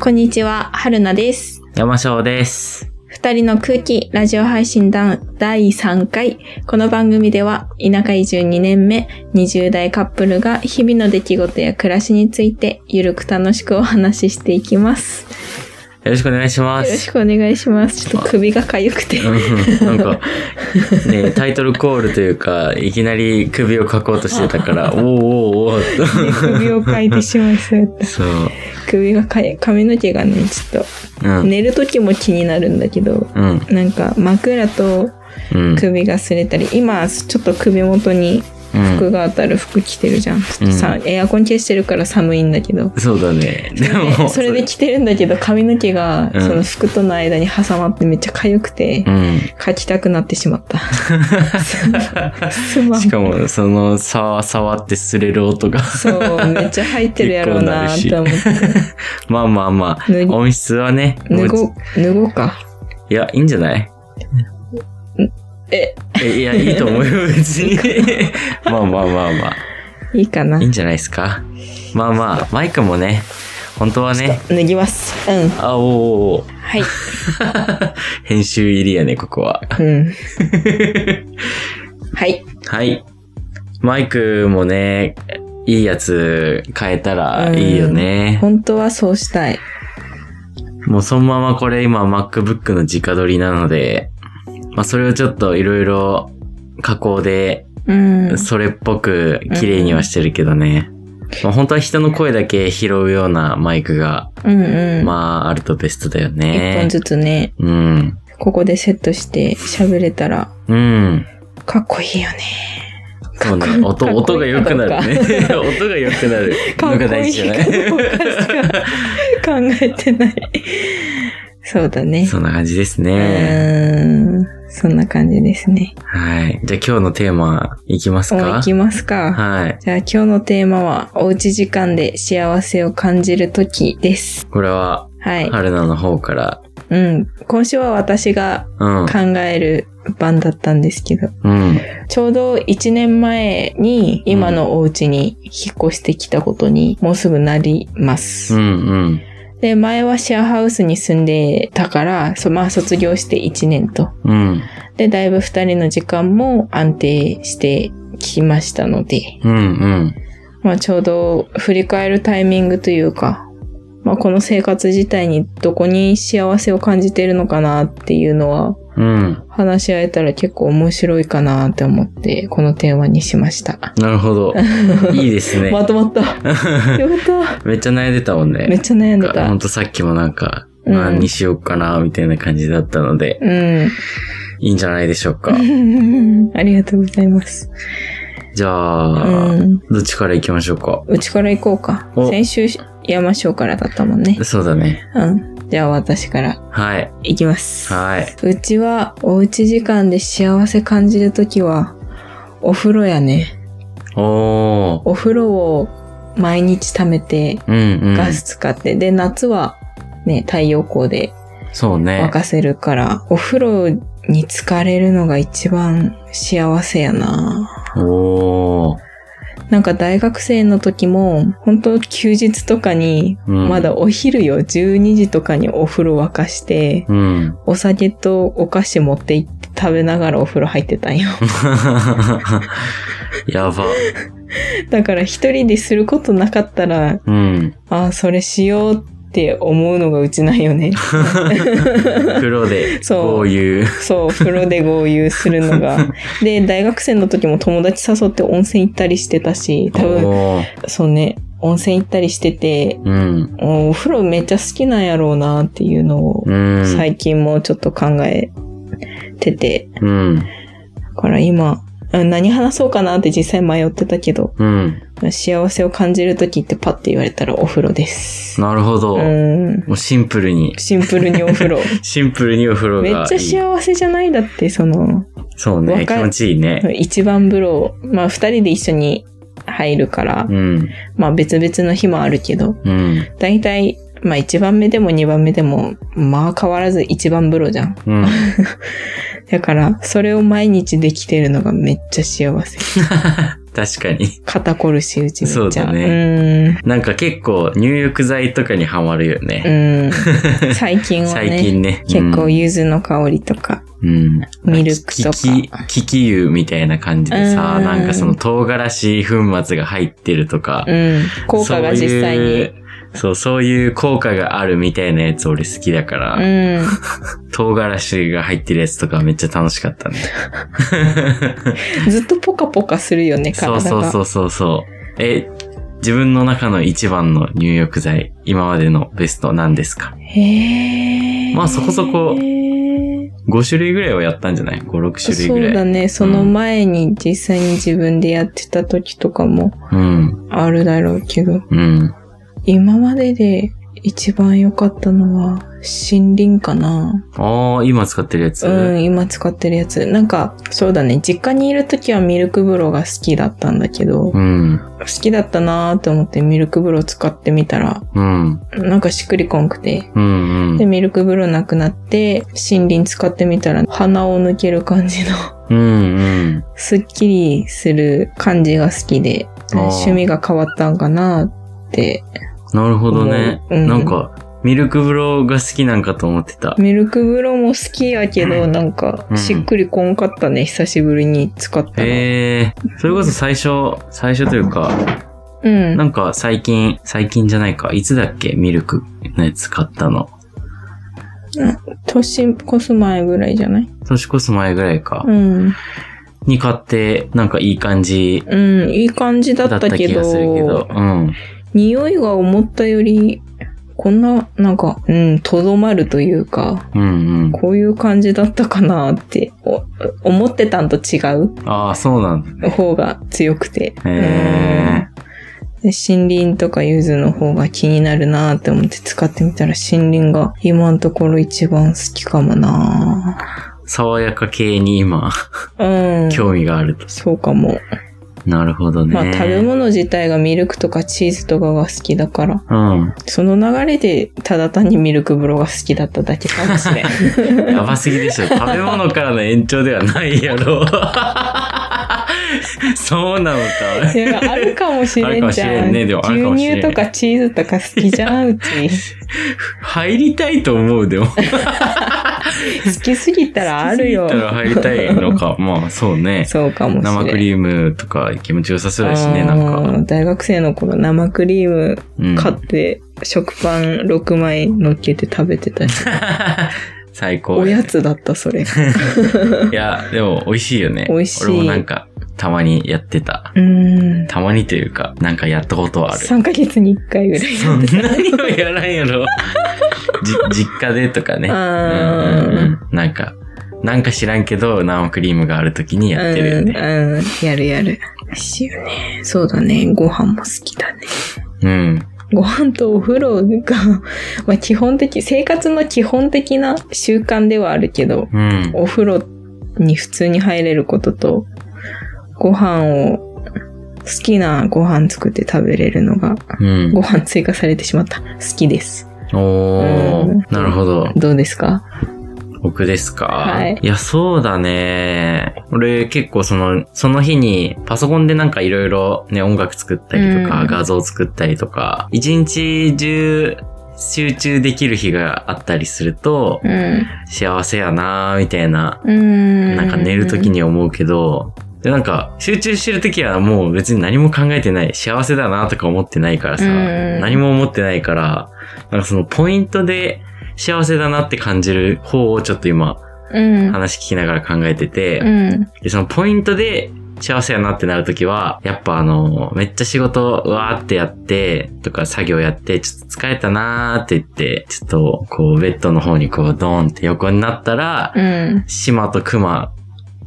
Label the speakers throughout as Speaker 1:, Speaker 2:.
Speaker 1: こんにちは、はるなです。
Speaker 2: 山椒です。
Speaker 1: 二人の空気ラジオ配信団第3回。この番組では、田舎移住2年目、20代カップルが日々の出来事や暮らしについて、ゆるく楽しくお話ししていきます。
Speaker 2: よろしくお願いしま
Speaker 1: よろし
Speaker 2: す。
Speaker 1: くお願いします。ちょっと首がかゆくて。
Speaker 2: うんなんか、ね、タイトルコールというか、いきなり首をかこうとしてた から、おーおーおーっ
Speaker 1: 首をかいてしまいそうだっ
Speaker 2: と。そう。
Speaker 1: た。首がかゆい。髪の毛がね、ちょっ
Speaker 2: う
Speaker 1: と、
Speaker 2: ん。
Speaker 1: 寝る時も気になるんだけど、
Speaker 2: うん。
Speaker 1: なんか枕と
Speaker 2: うん。
Speaker 1: 首が擦れたり、今ちょっと首元に
Speaker 2: うん
Speaker 1: 服が当たる服着てるじゃん。ちょっとさ、エアコン消してるから寒いんだけど。
Speaker 2: そうだね。でも、
Speaker 1: それで着てるんだけど髪の毛が
Speaker 2: うん
Speaker 1: その服との間に挟まってめっちゃ痒くて
Speaker 2: う、ん。
Speaker 1: 書きたくなってしま った。すまん
Speaker 2: しかも、その、さわさわって擦れる音が。
Speaker 1: そう、めっちゃ入ってるやろうなって思って。
Speaker 2: まあまあま
Speaker 1: 脱ぎ
Speaker 2: あ、音質はね、も
Speaker 1: 脱
Speaker 2: う
Speaker 1: ご、脱ごうか。
Speaker 2: いや、いいんじゃない
Speaker 1: え、
Speaker 2: えいや、いいと思うよ、別に。まあまあまあまあ。
Speaker 1: いいかない
Speaker 2: い。んじゃないですか。まあまあ、マイクもね、本当はね、
Speaker 1: 脱ぎます。うん。
Speaker 2: あ、おーおーおー
Speaker 1: はい。
Speaker 2: 編集入りやね、ここは。
Speaker 1: うん。はい。
Speaker 2: はい。マイクもね、いいやつ変えたらいいよね。
Speaker 1: 本当はそうしたい。
Speaker 2: もうそのままこれ今 MacBook の直撮りなので、まあそれをちょっといろいろ加工で、
Speaker 1: うん。
Speaker 2: それっぽく綺麗にはしてるけどね。まあ本当は人の声だけ拾うようなマイクが、
Speaker 1: うんうん。
Speaker 2: まああるとベストだよ
Speaker 1: 一
Speaker 2: ね
Speaker 1: 本。ずつね、
Speaker 2: うん。
Speaker 1: ここでセットして喋れたら、
Speaker 2: うん。
Speaker 1: かっこいいよね。
Speaker 2: そう
Speaker 1: かっ
Speaker 2: ね。
Speaker 1: こ
Speaker 2: 音、
Speaker 1: かっこいい
Speaker 2: 音が良くなるね。音が良くなる
Speaker 1: か
Speaker 2: の
Speaker 1: っ
Speaker 2: が
Speaker 1: こい
Speaker 2: 大
Speaker 1: い
Speaker 2: 事じゃない
Speaker 1: かどうかしか 考えてない。そうだね。
Speaker 2: そんな感じです
Speaker 1: う
Speaker 2: ね。
Speaker 1: ーん。そんな感じですね。
Speaker 2: はい。じゃあ今日のテーマいきます
Speaker 1: お
Speaker 2: か
Speaker 1: いきますか。
Speaker 2: はい。
Speaker 1: じゃあ今日のテーマは、おうち時間で幸せを感じるときです。
Speaker 2: これは、
Speaker 1: はい。
Speaker 2: 春菜の方から。
Speaker 1: うん。今週は私が
Speaker 2: うん。
Speaker 1: 考える番だったんですけど、
Speaker 2: うん。
Speaker 1: ちょうど1年前に今のお家に引っ越してきたことにもうすぐなります。
Speaker 2: うん。うん。
Speaker 1: で、前はシェアハウスに住んでたから、そまあ卒業して1年と。
Speaker 2: うん。
Speaker 1: で、だいぶ2人の時間も安定してきましたので、
Speaker 2: うん。うん。
Speaker 1: まあちょうど振り返るタイミングというか、まあこの生活自体にどこに幸せを感じてるのかなっていうのは
Speaker 2: うん。
Speaker 1: 話し合えたら結構面白いかなって思って、このテーマにしました。
Speaker 2: なる ほど。いいですね。
Speaker 1: まとま った。よかっ
Speaker 2: めっちゃ悩んでたもん
Speaker 1: た。めっ
Speaker 2: ね。
Speaker 1: ちゃ悩んで
Speaker 2: ほ
Speaker 1: た
Speaker 2: ん。とさっきもなんか、
Speaker 1: うん
Speaker 2: 何にしようかな、みたいな感じだったので、
Speaker 1: うん。
Speaker 2: いいんじゃないでしょうか。
Speaker 1: ありがとうございます。
Speaker 2: じゃ
Speaker 1: う
Speaker 2: あ、
Speaker 1: ん。
Speaker 2: どっちから行きましょうか。
Speaker 1: うちから行こうか。
Speaker 2: お
Speaker 1: 先週、山椒からだったもんね。
Speaker 2: そうだね。
Speaker 1: うん。じゃあ私から
Speaker 2: はい。
Speaker 1: 行きます。
Speaker 2: はい。
Speaker 1: うちは、おうち時間で幸せ感じるときは、お風呂やね。
Speaker 2: おー。
Speaker 1: お風呂を毎日貯めて、
Speaker 2: うんうん。
Speaker 1: ガス使って、で、夏は、ね、太陽光で
Speaker 2: そうね
Speaker 1: 沸。かせるから、お風呂に浸かれるのが一番幸せやな
Speaker 2: おー。
Speaker 1: なんか大学生の時も、本当休日とかに、
Speaker 2: うん
Speaker 1: まだお昼よ、12時とかにお風呂沸かして、
Speaker 2: うん。
Speaker 1: お酒とお菓子持って行って食べながらお風呂入ってたん よ。
Speaker 2: やば。
Speaker 1: だから一人ですることなかったら、
Speaker 2: うん。
Speaker 1: ああ、それしようって思うのがうちなんよ ね。
Speaker 2: 風呂 で、
Speaker 1: そう
Speaker 2: こういう。
Speaker 1: そう、風呂で合流するのが。で、大学生の時も友達誘って温泉行ったりしてたし、多分、
Speaker 2: おー。
Speaker 1: そうね、温泉行ったりしてて、
Speaker 2: うん。
Speaker 1: おお風呂めっちゃ好きなんやろうなっていうのを、
Speaker 2: うん。
Speaker 1: 最近もちょっと考えてて、
Speaker 2: うん。
Speaker 1: だから今、うん何話そうかなって実際迷ってたけど、
Speaker 2: うん。
Speaker 1: 幸せを感じる時ってパッて言われたらお風呂です。
Speaker 2: なるほど。
Speaker 1: う
Speaker 2: も
Speaker 1: ん。
Speaker 2: うシンプルに。
Speaker 1: シンプルにお 風呂。
Speaker 2: シンプルにお風呂がい
Speaker 1: め
Speaker 2: い。
Speaker 1: っちゃ幸せじゃないだって、その、
Speaker 2: そうね。気
Speaker 1: 若い
Speaker 2: 持ちいいね。
Speaker 1: 一番風呂、まあ二人で一緒に入るから
Speaker 2: う、ん。
Speaker 1: まあ別々の日もあるけど、
Speaker 2: うん。
Speaker 1: 大体、まあ一番目でも二番目でも、まあ変わらず一番風呂じゃん。
Speaker 2: うん。
Speaker 1: だから、それを毎日できてるのがめっちゃ幸せ。
Speaker 2: 確かに。
Speaker 1: 肩こるし、うちめっちゃ。
Speaker 2: そうだ
Speaker 1: ね。
Speaker 2: なんか結構入浴剤とかにはまるよね。
Speaker 1: うん。 うん。最近は
Speaker 2: 最
Speaker 1: ね、
Speaker 2: 近ね。
Speaker 1: 結構柚子の香りとか、
Speaker 2: うん、
Speaker 1: ミルクとか
Speaker 2: きききき湯みたいな感じでさ、
Speaker 1: うん
Speaker 2: なんかその唐辛子粉末が入ってるとか
Speaker 1: う、ん。効果が実際
Speaker 2: そうい
Speaker 1: に。
Speaker 2: うそう、そういう効果があるみたいなやつ俺好きだから、
Speaker 1: うん。
Speaker 2: 唐辛子が入ってるやつとかめっちゃ楽しかったね。
Speaker 1: ずっとポカポカするよね、体
Speaker 2: そ
Speaker 1: が。
Speaker 2: うそうそうそうそう。え、自分の中の一番の入浴剤、今までのベスト何ですか
Speaker 1: へー
Speaker 2: まあそこそこ
Speaker 1: へー
Speaker 2: ?5 種類ぐらいはやったんじゃない ?5、6種類
Speaker 1: そ
Speaker 2: ぐ
Speaker 1: う
Speaker 2: ら
Speaker 1: だ
Speaker 2: い。
Speaker 1: ね。その前に実際に自分でやってた時とかも
Speaker 2: うん。
Speaker 1: あるだろうけど、
Speaker 2: うん。
Speaker 1: 今までで一番良かったのは森林かな。
Speaker 2: ああ、今使ってるやつ。
Speaker 1: うん、今使ってるやつ。なんか、そうだね。実家にいる時はミルク風呂が好きだったんだけど、
Speaker 2: う
Speaker 1: 好
Speaker 2: ん。
Speaker 1: きだったなーと思ってミルク風呂使ってみたら、
Speaker 2: うん。
Speaker 1: なんかしっくりこんくて。
Speaker 2: うん。う
Speaker 1: で、
Speaker 2: ん。
Speaker 1: ミルク風呂なくなって、森林使ってみたら鼻を抜ける感じの。
Speaker 2: うん。
Speaker 1: すっきりする感じが好きで、
Speaker 2: あー
Speaker 1: 趣味が変わったんかなって。
Speaker 2: なるほどね。
Speaker 1: うん
Speaker 2: なんか、ミルク風呂が好きなんかと思ってた。
Speaker 1: ミルク風呂も好きやけど、なんか
Speaker 2: う、ん
Speaker 1: しっくりこんかったね、久しぶりに使ったら。
Speaker 2: えー、それこそ最初、最初というか、
Speaker 1: うん。
Speaker 2: なんか最近、最近じゃないか、いつだっけミルクのやつ買ったの。
Speaker 1: 年越す前ぐらいじゃない
Speaker 2: 年越す前ぐらいか
Speaker 1: う。ん。
Speaker 2: に買って、なんかいい感じ
Speaker 1: うん、いい感じだ
Speaker 2: だっ
Speaker 1: ったたけ
Speaker 2: 気がするけど。
Speaker 1: ど、
Speaker 2: うん。
Speaker 1: 匂いが思ったより、こんな、なんか、うん、とどまるというか、
Speaker 2: うんうん。
Speaker 1: こういう感じだったかなって、お思ってたんと違う
Speaker 2: ああ、そうなんだね。
Speaker 1: 方が強くて。うん
Speaker 2: え
Speaker 1: で森林とか柚子の方が気になるなーって思って使ってみたら森林が今のところ一番好きかもな
Speaker 2: ー、爽やか系に今、
Speaker 1: ーうん。
Speaker 2: 興味があると。
Speaker 1: そうかも。
Speaker 2: なるほどね。
Speaker 1: まあ、食べ物自体がミルクとかチーズとかが好きだから、
Speaker 2: うん。
Speaker 1: その流れでただ単にミルク風呂が好きだっただけかもしれん。
Speaker 2: やばすぎでしょ。食べ物からの延長ではないや ろ。そうなのか。
Speaker 1: いやあるかもしれんじ
Speaker 2: あるかもし
Speaker 1: ゃ
Speaker 2: れ
Speaker 1: ん。
Speaker 2: んねでもあるかもしれん
Speaker 1: 牛乳とかチーズとか好きじゃん、 うち。
Speaker 2: 入りたいと思うでも。
Speaker 1: 好きすぎたらあるよ
Speaker 2: 気づ。いたら入りたい のか。まあそうね。
Speaker 1: そうかもしれん。
Speaker 2: 生クリームとか気持ちよさそうだしね、なん
Speaker 1: あ
Speaker 2: か。
Speaker 1: ー大学生の頃生クリーム
Speaker 2: うん、
Speaker 1: 買って、食パン6枚乗っけて食べて たし、
Speaker 2: 最高。
Speaker 1: おやつだった それ。
Speaker 2: いや、でも美味しいよね。
Speaker 1: 美味しい
Speaker 2: 俺もなんか、たまにやってた。
Speaker 1: うん。
Speaker 2: たまにというか、なんかやったことはある。
Speaker 1: 3ヶ月に1回ぐら い。
Speaker 2: そんなにはやらんやろ。じ、実家でとかね。
Speaker 1: あー
Speaker 2: うんうんうんなんか、なんか知らんけど、生クリームがあるときにやってるよね。
Speaker 1: うん、うん、やるやる。美味しいよね。そうだね。ご飯も好きだね。
Speaker 2: うん。
Speaker 1: ご飯とお風呂が、まあ基本的、生活の基本的な習慣ではあるけど、
Speaker 2: うん。
Speaker 1: お風呂に普通に入れることと、ご飯を、好きなご飯作って食べれるのが、
Speaker 2: うん
Speaker 1: ご。飯追加されてしまった。好きです。
Speaker 2: お
Speaker 1: うん
Speaker 2: ー、なるほど。
Speaker 1: どうですか
Speaker 2: 僕ですか
Speaker 1: はい
Speaker 2: いや、そうだね。俺結構その、その日にパソコンでなんかいろいろね、音楽作ったりとか、
Speaker 1: うん
Speaker 2: 画像作ったりとか、一日中集中できる日があったりすると、
Speaker 1: うん。
Speaker 2: 幸せやなーみたいな、
Speaker 1: うん。
Speaker 2: なんか寝るとき。に思うけど、で、なんか集中してるときはもう別に何も考えてない、幸せだなとか思ってないからさ、
Speaker 1: うん
Speaker 2: 何も思ってないから、なんかそのポイントで幸せだなって感じる方をちょっと今、
Speaker 1: うん。
Speaker 2: 話聞きながら考えてて、
Speaker 1: うん。
Speaker 2: で、そのポイントで幸せやなってなるときは、やっぱあの、めっちゃ仕事うわーってやって、とか作業やって、ちょっと疲れたなーって言って、ちょっとこうベッドの方にこうドーンって横になったら、
Speaker 1: うん。
Speaker 2: シマとクマ、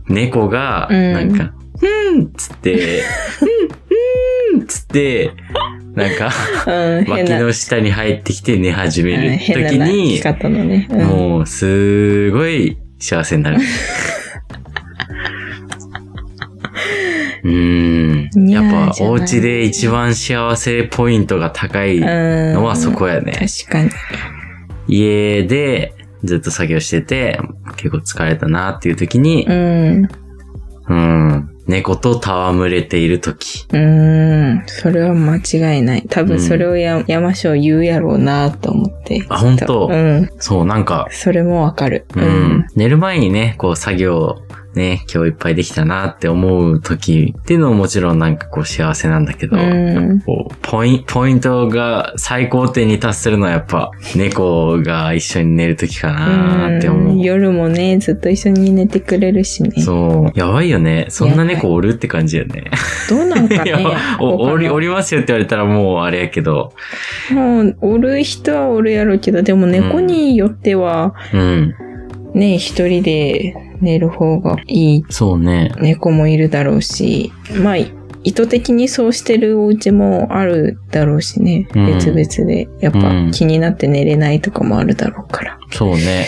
Speaker 2: 猫が、
Speaker 1: うん
Speaker 2: なんか、うんっつって、うん、うんっつって、なんか、
Speaker 1: うん。 変
Speaker 2: 脇
Speaker 1: な。
Speaker 2: の下に入ってきて寝始め
Speaker 1: うん
Speaker 2: ると
Speaker 1: 変な
Speaker 2: き
Speaker 1: 泣
Speaker 2: に
Speaker 1: き、方のね。うん
Speaker 2: もう、すごい幸せに なる。うーん。
Speaker 1: 似合う
Speaker 2: やっ
Speaker 1: じゃない
Speaker 2: ぱ、お家で一番幸せポイントが高いの
Speaker 1: うん。
Speaker 2: はそこやね。
Speaker 1: 確かに。
Speaker 2: 家でずっと作業してて、結構疲れたなっていう時に
Speaker 1: う、ん。
Speaker 2: うん。猫と戯れている時。
Speaker 1: うーん、それは間違いない。多分それをや、山椒言うやろうなと思って。
Speaker 2: あ本当
Speaker 1: うん。
Speaker 2: そう、なんか、
Speaker 1: それもわかる。
Speaker 2: うん。寝る前にね、こう作業、ね、今日いっぱいできたなって思う時っていうのももちろんなんかこう幸せなんだけど、
Speaker 1: うん
Speaker 2: こうポイン、ポイントが最高点に達するのはやっぱ猫が一緒に寝る時かなって
Speaker 1: う
Speaker 2: 思
Speaker 1: ん
Speaker 2: う。
Speaker 1: 夜もね、ずっと一緒に寝てくれるしね。
Speaker 2: そう。やばいよね。そんな猫おるって感じよね。
Speaker 1: どうなんか
Speaker 2: い
Speaker 1: ね
Speaker 2: や。お、おり、お
Speaker 1: り。
Speaker 2: りますよって言われたらもうあれやけど。
Speaker 1: もう、おる人はおるやろうけど、でも猫によっては、
Speaker 2: うん。
Speaker 1: ね、一人で寝る方がいい
Speaker 2: そうね。
Speaker 1: 猫もいるだろうし、まあ、意図的にそうしてるお家もあるだろうしね。
Speaker 2: うん
Speaker 1: 別々で。やっ
Speaker 2: う
Speaker 1: ぱ
Speaker 2: ん
Speaker 1: 気になって寝れないとかもあるだろうから。
Speaker 2: そうね。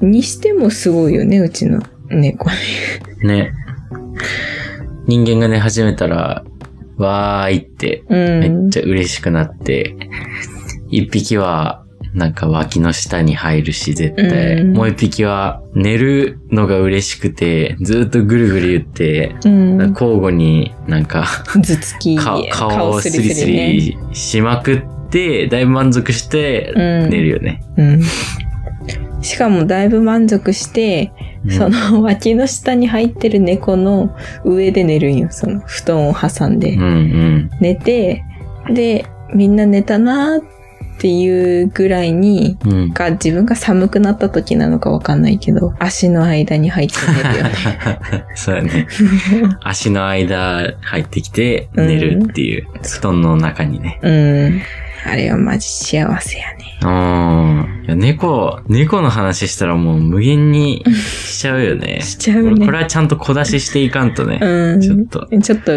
Speaker 1: にしてもすごいよね、うちの猫。
Speaker 2: ね。人間がね、始めたら、わーいって、
Speaker 1: うん。
Speaker 2: めっちゃ嬉しくなって、一匹は、なんか脇の下に入るし、絶対。
Speaker 1: うん
Speaker 2: もう一匹は、寝るのが嬉しくて、ずっとぐるぐる言って、
Speaker 1: うん。
Speaker 2: 交互になんか、
Speaker 1: 頭突き、
Speaker 2: か顔をスリス
Speaker 1: ね。
Speaker 2: リしまくって、だいぶ満足して、
Speaker 1: うん。
Speaker 2: 寝るよね。
Speaker 1: うん。しかもだいぶ満足して、
Speaker 2: うん
Speaker 1: その脇の下に入ってる猫の上で寝るんよ。その布団を挟んで。
Speaker 2: うんうん。
Speaker 1: 寝て、で、みんな寝たなーっていうぐらいに、
Speaker 2: うん。
Speaker 1: か自分が寒くなった時なのかわかんないけど、足の間に入って寝る よね。
Speaker 2: そう だね。足の間入ってきて寝るっていう、布団の中にね。
Speaker 1: うん。あれはマジ幸せやね。
Speaker 2: うん。いや猫、猫の話したらもう無限にしちゃうよね。
Speaker 1: しちゃう
Speaker 2: 俺これ
Speaker 1: ね。
Speaker 2: はちゃんと小出ししていかんとね。
Speaker 1: う
Speaker 2: ちょっ
Speaker 1: ん。
Speaker 2: と。
Speaker 1: ちょっと、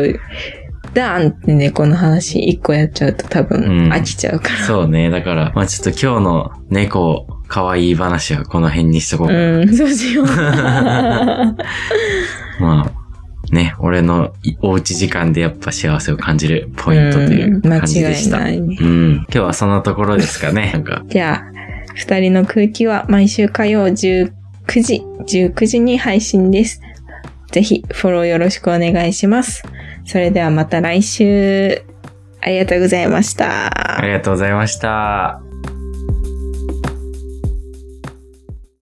Speaker 1: ダーンって猫の話一個やっちゃうと多
Speaker 2: う
Speaker 1: 分
Speaker 2: ん
Speaker 1: 飽きちゃうか
Speaker 2: そうね。だから、まあちょっと今日の猫、可愛い話はこの辺にしとこう
Speaker 1: ら。
Speaker 2: かな。
Speaker 1: うん、そうしよう。う
Speaker 2: まあ、ね、俺のいおうち時間でやっぱ幸せを感じる ポイントというん感
Speaker 1: 間
Speaker 2: じで
Speaker 1: 違
Speaker 2: し
Speaker 1: い
Speaker 2: た。
Speaker 1: ないね。
Speaker 2: うん。今日はそんなところですかね。なんか、
Speaker 1: じゃあ、二人の空気は毎週火曜19時、19時に配信です。ぜひフォローよろしくお願いします。それではまた来週。ありがとうございました。
Speaker 2: ありがとうございました。